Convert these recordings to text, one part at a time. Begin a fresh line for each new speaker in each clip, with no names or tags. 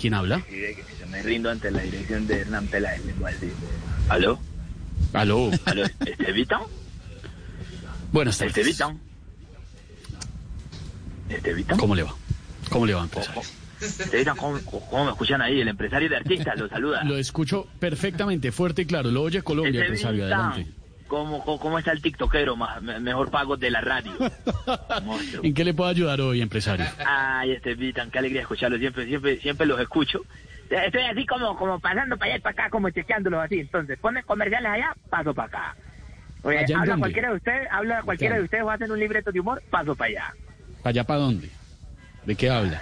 ¿Quién habla?
Y de que yo me rindo ante la dirección de Hernán Peláez, le voy a decir, ¿aló?
Aló.
¿Aló? ¿Este ¿Estevita?
Buenas tardes.
¿Estevita? ¿Estevita?
¿Cómo le va? ¿Cómo le va, empresario?
¿Estevita? ¿Cómo, cómo me escuchan ahí? El empresario de artistas, lo saluda.
Lo escucho perfectamente, fuerte y claro. Lo oye Colombia, empresario.
Estevita,
Adelante.
¿cómo, cómo, cómo está el tiktokero más, me- mejor pago de la radio? Monstruo.
¿En qué le puedo ayudar hoy, empresario?
Ay, Estevita, qué alegría escucharlo, siempre, siempre, siempre los escucho. Eh, Estoy así como, como pasando para allá y para acá, como chequeándolos así. Entonces, ponen comerciales allá, paso para acá. Oye,
¿Allá en
habla
dónde?
cualquiera de ustedes, habla cualquiera
Claro.
de ustedes o hacen un libreto de humor, paso para allá.
¿Allá para dónde? ¿De qué habla?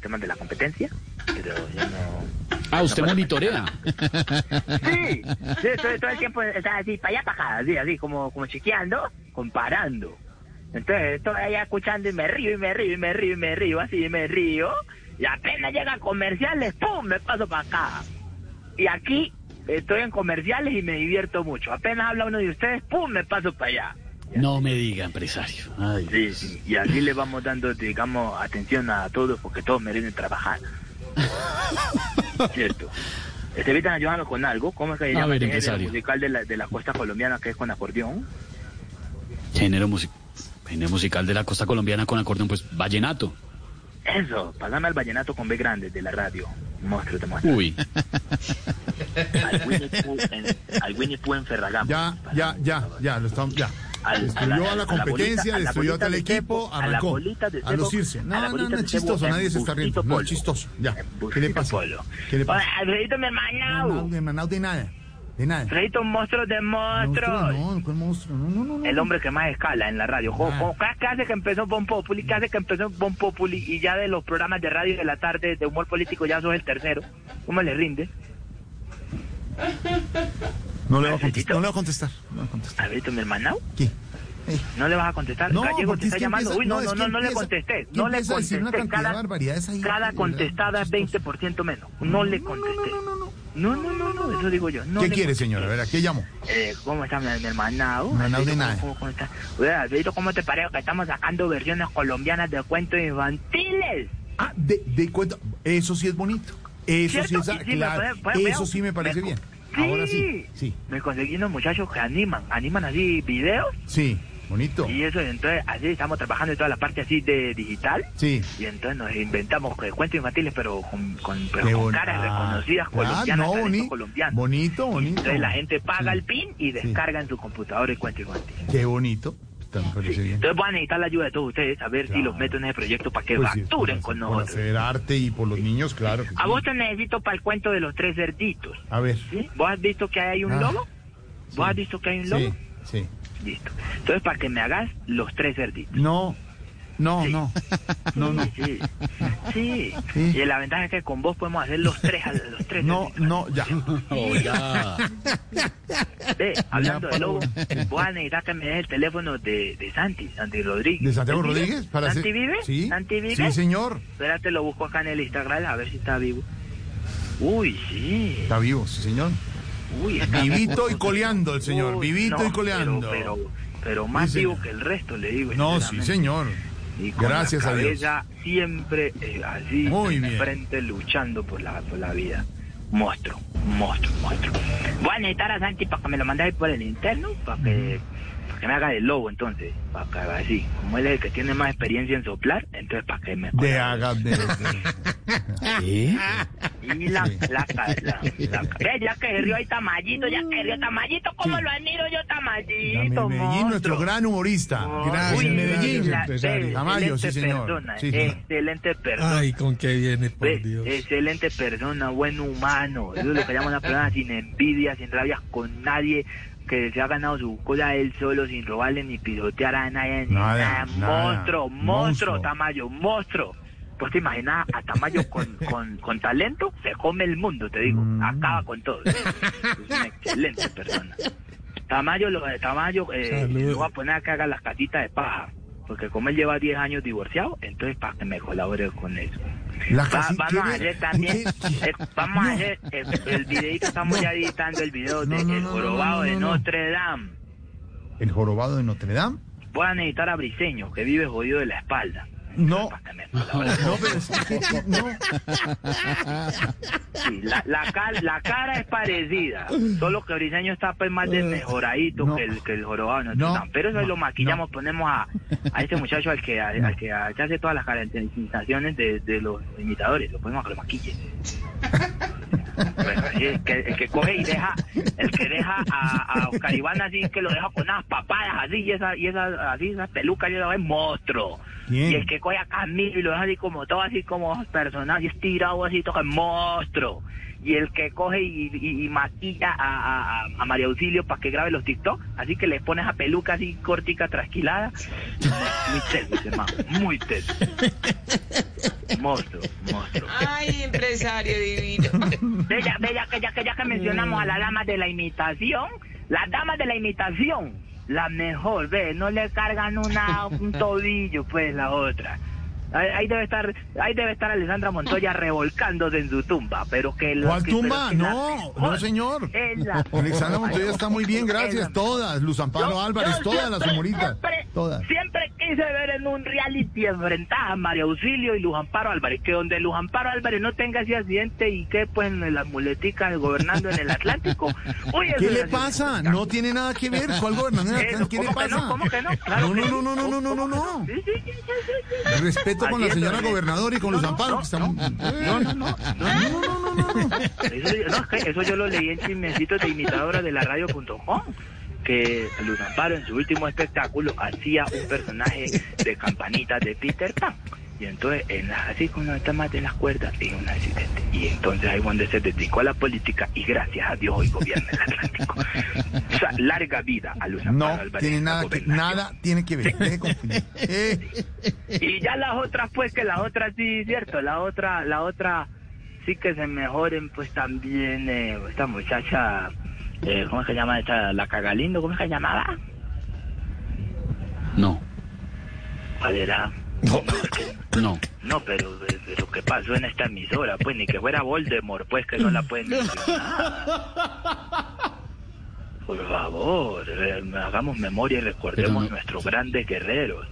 temas de la competencia, pero yo no...
Ah, usted monitorea.
Sí, sí, todo, todo el tiempo está así, para allá, para acá, así, así, como, como chequeando, comparando. Entonces estoy allá escuchando y me río, y me río, y me río, y me río, así, y me río. Y apenas llegan comerciales, ¡pum!, me paso para acá. Y aquí estoy en comerciales y me divierto mucho. Apenas habla uno de ustedes, ¡pum!, me paso para allá.
No me diga, empresario. Ay,
Sí,
Dios.
sí, y así le vamos dando, digamos, atención a todos porque todos merecen trabajar. Cierto. Este evitan ayudarnos con algo. ¿Cómo es que se
A
llama
ver,
este género
empresario.
musical de la, de la costa colombiana que es con acordeón?
Género, musi- género musical de la costa colombiana con acordeón, pues vallenato.
Eso, pásame al vallenato con B grande de la radio. Monstruo te muestra.
Uy,
Al Winnie Pooh en, al Winnie Pooh en Ferragamo.
Ya, ya, ya, ya, lo estamos, ya.
Al-
Destruyó
la
a la competencia,
bolita- a la
destruyó a
bolita
tal
de
equipo,
cebo, a la
arrancó.
bolita de
A los
cebo,
irse.
a
No,
la
no,
bolita
no es
de cebo
chistoso,
en
nadie se está
Bustito
riendo. No
Polo.
es chistoso. Ya.
En
¿Qué le
Bustito
pasa?
Polo.
¿Qué le pasa?
Oye, Alfredito, mi
No, no,
hermano.
de Manaus de nada. De nada.
Alfredito, monstruo de monstruos.
Monstruo, no, ¿cuál monstruo? No, no, no. no.
el hombre que más escala en la radio. Jo-
Ah.
jo- ¿Qué hace que empezó Bon Populi? ¿Qué hace que empezó Bon Populi? Y ya de los programas de radio de la tarde de humor político ya sos el tercero. ¿Cómo le rinde?
No le va a contestar. No le va a contestar. No le va a contestar.
Alberto, mi hermano,
¿Qué? Eh,
no le vas a contestar.
No,
Gallego
porque
te
es
está
que
llamando.
empieza-
Uy, no,
no, es
no,
que
no, no le
empieza-
contestes.
que
No le
empieza a decir una
contestes.
cantidad de
Cada,
barbaridades ahí,
cada
de verdad,
contestada es 20% menos. No le contestes.
No, no, no.
No, no, no, no, eso digo yo. No
¿Qué
le
quiere, señora? A ver, ¿a qué llamo?
Eh, ¿Cómo está mi, mi hermanao?
No, no, de
¿Cómo-
nada.
¿Cómo, cómo está? Oye, Alfredito, ¿cómo te parece que estamos sacando versiones colombianas de cuentos infantiles?
Ah, de, de cuenta. Eso sí es bonito. Eso sí
¿Cierto?
es.
Y sí, me
claro,
parece- parece-
eso sí me parece bien.
Sí.
Ahora sí. Sí.
Me conseguí unos muchachos que animan, animan así videos
Sí. Bonito.
y eso, y entonces así estamos trabajando en toda la parte así de digital.
Sí.
Y entonces nos inventamos eh, cuentos infantiles, pero con, con, pero
Qué
con
boni-
caras
Ah,
reconocidas
claro,
colombianas,
no,
talentos
boni-
colombianos.
bonito,
Y
bonito.
Entonces la gente paga
Sí.
el pin y descarga en su computadora el cuento infantil.
Qué bonito. Está- me parece bien.
Entonces voy a necesitar la ayuda de todos ustedes a ver si
Claro.
los meto en ese proyecto para que
Pues sí, es por
facturen
hacer-
con
Por
nosotros.
hacer arte y por los niños, claro. que
A
sí.
vos te necesito para el cuento de los tres cerditos.
A ver.
¿sí? ¿Vos has visto que hay un
Ah,
lobo? ¿Vos
sí.
has visto que hay un lobo?
Sí, sí.
Listo. Entonces, para que me hagas los tres cerditos.
No, no,
Sí.
no. No, no.
Sí, sí.
Sí.
Y la ventaja es que con vos podemos hacer los tres, los tres
No,
cerditos.
no, ya.
oiga.
Ve, hablando
Ya,
de
para-
lobo, vos vas a necesitar que me des el teléfono de, de Santi, Santi Rodríguez.
¿De Santiago
¿Santi vive?
Rodríguez? Para
¿Santi
hacer-
vive?
Sí.
¿Santi vive?
Sí, señor.
Espérate, lo busco acá en el Instagram a ver si está vivo. Uy, sí.
Está vivo, sí, señor.
Uy, está
Vivito y coleando el señor,
Uy,
vivito
no,
y coleando.
Pero, pero, pero más
Sí, señor.
vivo que el resto, le digo.
No, sí,
sinceramente.
señor.
Pues, Y con
Gracias
la
a Dios.
cabeza siempre eh, así,
Muy
en
bien.
frente, luchando por la, por la vida. Monstruo, monstruo, monstruo. Voy a necesitar a Santi para que me lo mandáis por el interno, para que, para que me haga el lobo, entonces. Para que así, como él es el que tiene más experiencia en soplar, entonces para que me...
De haga de.
¿Eh?
Y la placa, la, la- Ve, ya que rió ahí Tamayito, ya que rió Tamayito, ¿cómo lo admiro yo, Tamayito?
Medellín, nuestro
monstruo?
gran humorista. Gracias,
Uy,
Medellín.
la-
empresario.
Tamayo, sí,
excelente
señor.
persona,
Sí, señor.
excelente persona.
Ay, con qué viene,
Ve,
por Dios.
excelente persona, buen humano. Eso es lo que llama una persona sin envidia, sin rabia con nadie, que se ha ganado su cosa él solo, sin robarle ni pisotear a nadie. ni
Nada,
nada.
nada.
Monstruo, monstruo,
Monstruo.
Tamayo, monstruo. Pues te imaginas a Tamayo con, con, con talento, se come el mundo, te digo.
Mm.
Acaba con todo. Es una excelente persona. Tamayo, lo, eh, Tamayo eh,
Salud.
lo voy a poner a que haga las casitas de paja. Porque como él lleva 10 años divorciado, entonces para que me colabore con eso.
La
Va-
casi-
vamos a
¿quiere?
hacer también,
¿Qué?
eh, vamos
No.
a hacer el, el videito, estamos ya editando el video
No,
de
no,
El
no, no,
Jorobado
no, no,
de
no.
Notre Dame.
El jorobado de Notre Dame.
Voy a necesitar a Briseño, que vive jodido de la espalda.
No.
Para que me colabore.
No, pero es que, que- no.
Sí, la, la, cal- la cara es parecida, solo que Briseño está pues, más desmejoradito
No.
que, el, que el jorobado. de Notre
No.
Dame. Pero eso lo maquillamos, ponemos a, a este muchacho al que, al, al que hace todas las caracterizaciones de, de los imitadores, lo ponemos a que lo maquille. Bueno, sí, el, que, el que coge y deja, el que deja a, a Oscar Iván así, que lo deja con unas papadas así, y esa, y esa, así, esa peluca, y esa es monstruo.
Bien.
Y el que coge a Camilo y lo deja así como todo, así como personal, y estirado así, toca el monstruo. Y el que coge y, y- y maquilla a, a, a- a María Auxilio para que grabe los TikTok, así que le pone esa peluca así cortica, trasquilada. Muy teso, ese man, muy teso. Monstruo, monstruo.
Ay, empresario divino.
Ve, ya, ve, ya que, ya que, ya que mencionamos a las damas de la imitación, las damas de la imitación, la mejor, ve, no le cargan una, un tobillo, pues, la otra. Ahí, ahí debe estar, ahí debe estar Alessandra Montoya revolcándose en su tumba, pero que lo
¿Cuál
que- pero
tumba?
que la
No,
mejor
no, señor.
es la-
Alexandra Montoya está muy bien,
es
gracias.
la-
Todas, Luz Amparo
Yo-
Álvarez,
yo
todas las
siempre,
humoritas.
Siempre,
Todas.
siempre quise ver en un reality enfrentada a María Auxilio y Luz Amparo Álvarez. Que donde Luz Amparo Álvarez no tenga ese accidente y que pues en las muleticas gobernando en el Atlántico. Uy,
¿Qué
eso
le
era-
pasa? No tiene nada que ver. ¿Cuál
Eso,
gobernador? ¿Qué le
¿cómo que
pasa?
no? ¿Cómo que no? Claro
No,
que
no, no,
sí.
no, no, no, no, no.
Sí, sí, sí, sí, sí, sí.
Respeto con
Así
la
es,
señora
René.
gobernadora y con los
No, no,
amparos que están.
No, no, no.
No, no, no, no, no.
Eso, yo- no, es que eso yo lo leí en chismecitos de imitadora de la radio.com que Luz Amparo en su último espectáculo hacía un personaje de campanita de Peter Pan. Y entonces, en las- así con las temas de las cuerdas, y un accidente. Y entonces ahí donde se dedicó a la política y gracias a Dios hoy gobierna el Atlántico. O sea, larga vida a Luz Amparo
No,
Álvarez,
tiene
la
nada que,
gobernación.
nada tiene que ver. Deje de confundir. Eh,
Y ya las otras, pues, que las otras sí, cierto, la otra, la otra sí que se mejoren, pues también eh, esta muchacha, eh, ¿cómo es que se llama esta? La Cagalindo, ¿cómo es que se llamaba?
No,
¿Cuál era?
no.
No, pero eh, lo que pasó en esta emisora, pues ni que fuera Voldemort, pues que no la pueden mencionar. Por favor, eh, hagamos memoria y recordemos
Pero no-
nuestros grandes guerreros.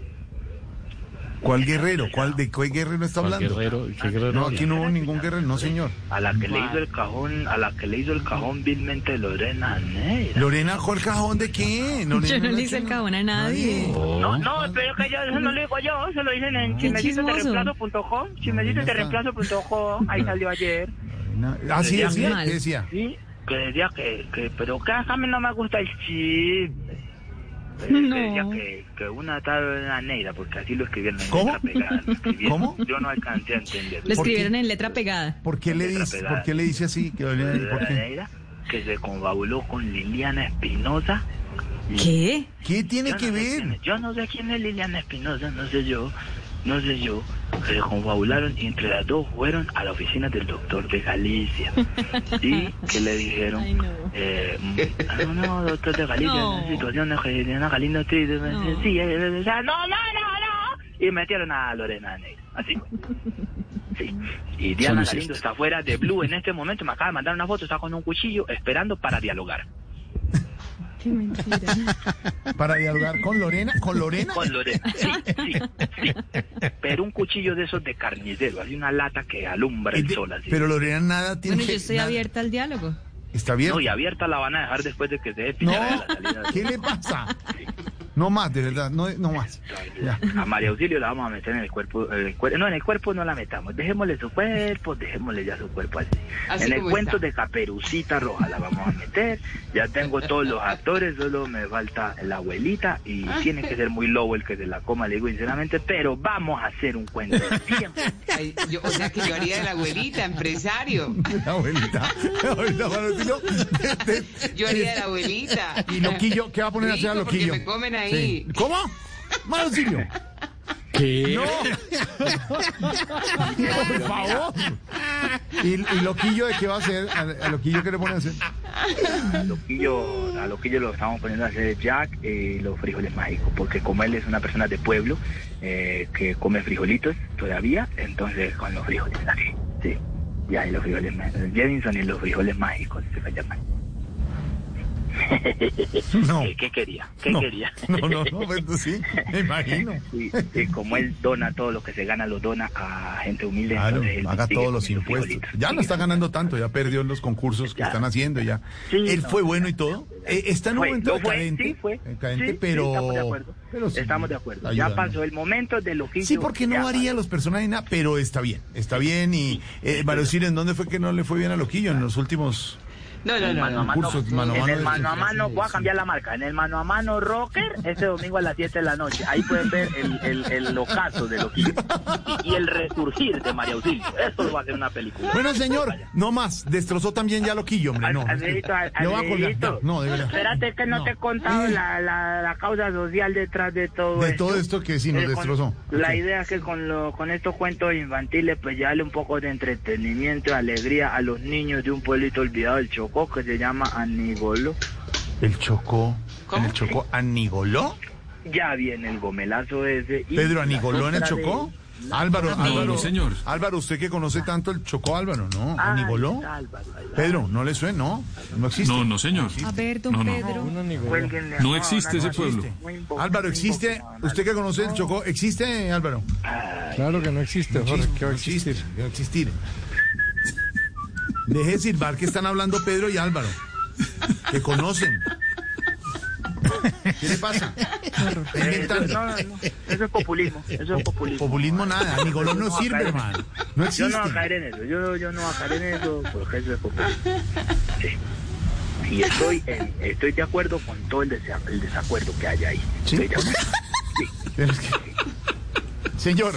¿Cuál guerrero? ¿Cuál de qué guerrero está
¿Cuál
hablando?
guerrero? ¿Qué guerrero
No,
había?
aquí no hubo ningún guerrero, no señor.
A la que le hizo el cajón, a la que le hizo el cajón vilmente Lorena Neira.
Lorena, ¿cuál cajón de quién? Lorena,
Yo no le hice el cajón a nadie.
Oh,
No, no, pero que yo eso no lo digo yo, se lo dicen en
Qué
chismecitoterreemplazo.com, chismecitoterreemplazo.com, ahí salió ayer.
Lorena. Ah, sí,
Decía
decía,
mal.
decía.
Sí, que decía que, que pero que a mí no me gusta el chisme. Pero
No.
Que decía que, que una tal una negra, porque así lo escribieron en
¿Cómo?
letra pegada. lo escribieron.
¿Cómo?
Yo no alcancé a entender.
Lo
¿Por qué?
escribieron en letra pegada.
¿Por qué le
Letra
dice,
pegada.
por qué le dice así? Que Lorena, ¿por
Lorena
qué?
Neira, que se confabuló con Liliana Espinosa. y
¿Qué?
¿Qué tiene
Yo
que
no sé quién
ver?
es- yo no sé quién es Liliana Espinosa, no sé yo, no sé yo. Se confabularon y entre las dos fueron a la oficina del doctor de Galicia. y que le dijeron,
Ay, no.
eh, mm, no, no, doctor de Galicia,
No.
en esa situación de Liliana Galindo, sí, sí,
No.
sí, eh, eh, eh, no, no, no, no. Y metieron a Lorena Negra, así. Sí. Y Diana
no es cierto.
Galindo está fuera de Blue en este momento, me acaba de mandar una foto, está con un cuchillo esperando para dialogar.
Qué mentira.
Para dialogar con Lorena, con Lorena.
Con Lorena, sí, sí, sí. Pero un cuchillo de esos de carnicero, hay una lata que alumbra el sol así.
Pero Lorena nada tiene
Bueno,
que
yo estoy
nada.
abierta al diálogo.
Está
No,
abierta.
y abierta la van a dejar después de que se dé
No,
piñera de la salida.
¿qué le pasa? No más, de verdad, no, no más. Ya.
A María Auxilio la vamos a meter en el cuerpo, en el cuer- no, en el cuerpo no la metamos, dejémosle su cuerpo, dejémosle ya su cuerpo así.
Así
en el
como
cuento
está.
de Caperucita Roja la vamos a meter, ya tengo todos los actores, solo me falta la abuelita y
Ah.
tiene que ser muy lobo el que se la coma, le digo sinceramente, pero vamos a hacer un cuento siempre
Ay, yo- o sea, que yo haría de la abuelita, empresario.
La abuelita, la abuelita este, Marotilo.
Yo haría de la abuelita.
Y Loquillo, ¿qué va a poner a hacer a
Rico, porque
Loquillo?
me comen ahí.
Sí. ¿Cómo? Marotilo.
¿Qué?
Por favor. ¿Y, y Loquillo de qué va a hacer? ¿A, a Loquillo qué le ponen a hacer?
Loquillo, a Loquillo lo estamos poniendo a hacer Jack eh, los frijoles mágicos, porque como él es una persona de pueblo eh, que come frijolitos todavía, entonces con los frijoles así, sí. Y ahí los frijoles mágicos. Jenison y los frijoles mágicos se va a llamar.
No.
¿Qué, qué quería? ¿Qué
no,
quería?
No, no, no, pues sí, me imagino.
Sí, sí, como él dona todo lo que se gana, lo dona a gente humilde.
Claro,
entonces él
haga
sigue
todos los
comiendo
impuestos.
frijolitos.
Ya no
Sigue
está ganando tanto, ya perdió los concursos que
Ya.
están haciendo ya.
Sí,
Él
no,
fue
ya,
bueno y
ya,
todo.
ya.
Eh, está en un
Fue,
momento
lo fue,
decadente,
sí, fue.
decadente,
Sí, sí,
pero,
estamos de acuerdo.
pero sí,
Estamos de acuerdo.
ayuda,
ya pasó el momento de lo que
Sí, porque no varía los personajes, nada, pero está bien, está bien. Y eh, para decir en dónde fue que no le fue bien a Loquillo en los últimos
No, no, no.
Mano a
no.
mano.
concursos mano a
En
mano.
el
de-
mano a mano, voy a cambiar la marca. En el mano a mano rocker, este domingo a las 7 de la noche. Ahí pueden ver el, el, el ocaso de Loquillo y, y el resurgir de María Auxilio. Esto va a ser una película.
Bueno, señor, no más. Destrozó también ya Loquillo, hombre. No,
Alfredito, Ah, Al-
le voy a colgar.
Alfredito,
ya, No, de verdad.
Espérate que no, te he contado la, la, la causa social detrás de todo
De
esto.
todo esto que sí nos
Eh, con-
destrozó.
La idea es que con, lo, con estos cuentos infantiles, pues llevarle un poco de entretenimiento, alegría a los niños de un pueblito olvidado del Chocó que se llama Anigolo.
El Chocó.
¿Cómo?
¿El Chocó anigoló?
Ya viene el gomelazo ese. y
¿Pedro
la
anigoló en el
otra
Chocó?
de-
Álvaro,
No,
Álvaro.
no, señor.
Álvaro, usted que conoce tanto el Chocó, Álvaro, ¿no?
Ah,
¿Anigoló?
Álvaro, ahí va.
Pedro, ¿no le suena? No, no existe.
No, no, señor.
A ver, don
No, no.
Pedro.
Cuélguenle,
No existe ese
no
pueblo.
existe. No invoquen,
Álvaro,
no
¿existe?
invoquen, no,
¿Usted que
Álvaro.
conoce el Chocó? ¿Existe, Álvaro?
Claro que no existe, Jorge, ¿qué va a existir?
No existir. Deje de silbar que están hablando Pedro y Álvaro. Que conocen. ¿Qué le pasa? Está inventando.
Eh, No, no, no. Eso es populismo. Eso es populismo.
Populismo nada, Nicolás no
Yo
sirve,
voy a caer.
hermano.
Yo no
No
voy a
existe.
caer en eso. Yo, yo no voy a caer en eso porque eso es populismo. Sí. Y estoy, en- estoy de acuerdo con todo el, desea- el desacuerdo que hay ahí.
Sí.
Estoy de acuerdo.
Pero es que- Señor,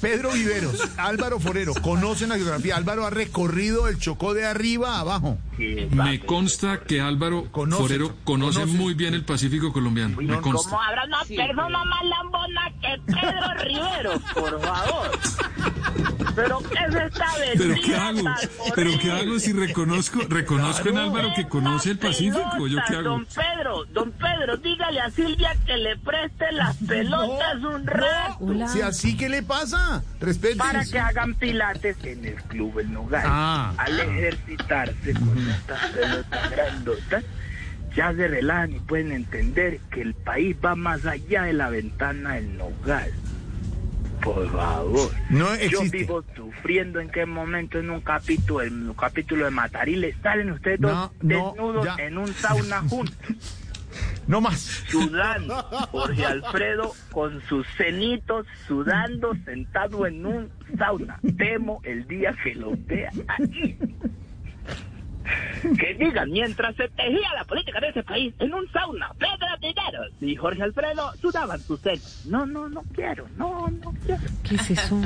Pedro Viveros, Álvaro Forero, conocen la geografía. Álvaro ha recorrido el Chocó de arriba a abajo.
Sí,
Me
papi.
consta que Álvaro
Conoce,
Forero conoce
conoce.
muy bien el Pacífico colombiano. Me consta.
¿Cómo habrá una persona más lambona que Pedro Rivero? Por favor. ¿Pero qué es esta
¿Pero qué
bendita
hago?
tan
¿Pero qué
horrible?
hago si reconozco, reconozco en Álvaro que conoce el
Estas
Pacífico? ¿Yo
pelotas,
qué hago?
Don Pedro, don Pedro, dígale a Silvia que le preste las pelotas un rato
Hola.
Si así, ¿qué le pasa? Respeten.
para que hagan pilates en el club El Nogal.
Ah. Mm.
Al ejercitarse con estas pelotas grandotas, ya se relajan y pueden entender que el país va más allá de la ventana del Nogal. Por favor.
No
Yo
existe.
vivo sufriendo en qué momento en un capítulo, en un capítulo de Matariles, salen ustedes dos
No, no,
desnudos
ya.
en un sauna juntos,
No más.
sudando. Jorge Alfredo con sus cenitos sudando, sentado en un sauna. Temo el día que lo vea aquí. Que digan, mientras se tejía la política de ese país en un sauna, Pedro Dineros y Jorge Alfredo sudaban sus senos. No, no, no quiero, no, no quiero.
¿Qué es eso?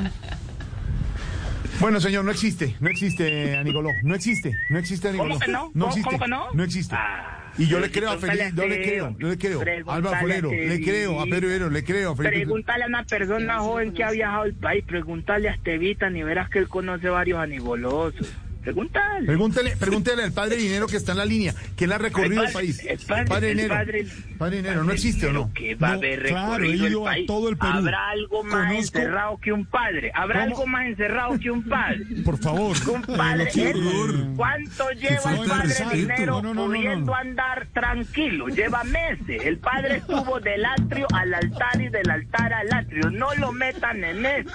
Bueno, señor, no existe. No existe, Anicoló. No existe. No existe, Anicoló.
¿Cómo que no? ¿Cómo-
existe.
cómo que no?
existe.
Ah,
y yo le
pero
creo a
pregúntale
Felipe, yo
a
le creo,
Teo,
yo le creo.
pregúntale
Álvaro
a
Forero, le
Tevita.
creo a Pedro Vero, le creo a Felipe.
Preguntarle a una persona joven que ha viajado el país, preguntarle a Estevita y verás que él conoce varios anigolosos. Pregúntale.
Pregúntele, pregúntele al padre dinero que está en la línea, que él ha recorrido el,
El padre-
país.
el padre- el
dinero.
padre-
Padre dinero, no existe o no.
Que va a
No,
haber
claro,
recorrido
he ido
el
a
país.
todo el Perú.
Habrá algo más
Conozco-
encerrado que un padre. Habrá
¿Cómo?
algo más encerrado que un padre.
Por favor.
Un padre,
Eh,
él,
Loquillo,
¿cuánto lleva
falta
el
de
padre
respeto.
dinero
No, no, no, no,
pudiendo
no.
andar tranquilo? Lleva meses. El padre estuvo del atrio al altar y del altar al atrio. No lo metan en esto.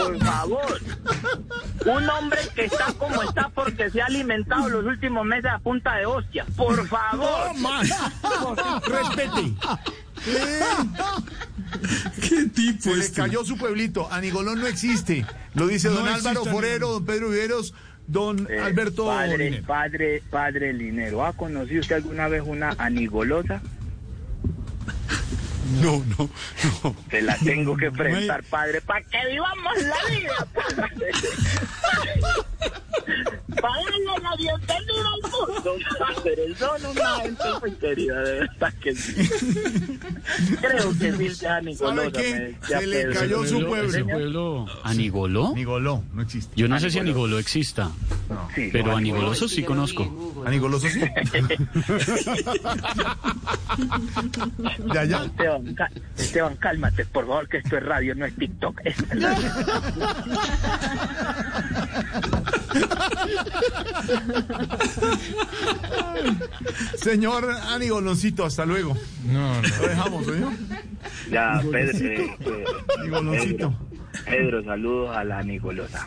Por favor. Un hombre que está como está porque se ha alimentado los últimos meses a punta de hostia. Por favor.
No más. Respete.
¿Qué tipo
Se Pues, le
es?
este?
cayó su pueblito. Anigolón no existe. Lo dice
No
don Álvaro
existe,
Forero, don Pedro Viveros, don
Eh,
Alberto
padre,
Linero.
padre, padre Linero. ¿Ha conocido usted alguna vez una anigolosa?
No, no, no.
Te la tengo que enfrentar, padre, para que vivamos la vida. padre. Para darle la oriental del mundo. Pero son una gente muy pues, querida, de verdad que sí. Creo que sí, ya Nicolás.
¿Sabe qué?
me- ya
Se le
Pedro.
cayó su
¿Ese
pueblo.
pueblo Anigoló?
Nigoló, no existe.
Yo no sé si Anigoló exista,
Sí,
pero Anigoloso sí
Yo lo vi en
conozco.
Google.
¿A Nigoloso sí? ya, ya.
Esteban, ca- Esteban, cálmate, por favor, que esto es radio, no es TikTok. Es
Señor Anigoloncito, hasta luego.
No, no.
Lo dejamos, señor.
Ya, Pedro, eh, eh,
Nigoloncito.
Pedro, Pedro, saludos a la Nicolosa.